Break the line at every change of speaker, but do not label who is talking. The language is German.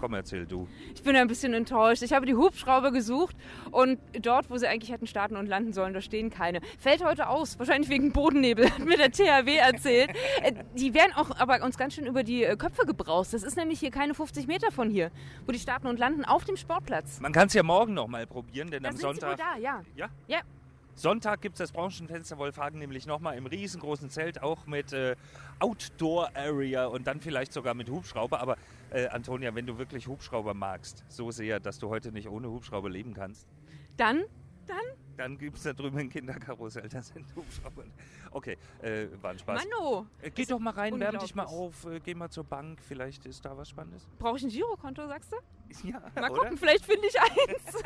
komm, erzähl du.
Ich bin ein bisschen enttäuscht. Ich habe die Hubschrauber gesucht und dort, wo sie eigentlich hätten starten und landen sollen, da stehen keine. Fällt heute aus, wahrscheinlich wegen Bodennebel, hat mir der THW erzählt. Äh, die werden auch aber uns ganz schön über die äh, Köpfe gebraust. Das ist nämlich hier keine 50 Meter von hier, wo die starten und landen auf dem Sportplatz.
Man kann es ja morgen nochmal probieren, denn
Da
am
sind
Sonntag.
sie wohl da, ja.
Ja?
Ja.
Sonntag gibt es das Branchenfenster Wolfhagen nämlich nochmal im riesengroßen Zelt, auch mit äh, Outdoor-Area und dann vielleicht sogar mit Hubschrauber. Aber äh, Antonia, wenn du wirklich Hubschrauber magst, so sehr, dass du heute nicht ohne Hubschrauber leben kannst,
Dann
dann gibt es da drüben ein Kinderkarussell, da sind Hubschrauber. Okay, äh, war ein Spaß.
Mano,
Äh, Geh doch mal rein, wärm dich mal
Unglaublich.
auf, äh, geh mal zur Bank, vielleicht ist da was Spannendes.
brauche ich ein Girokonto, sagst du?
Ja,
Mal
oder?
gucken, vielleicht finde ich eins.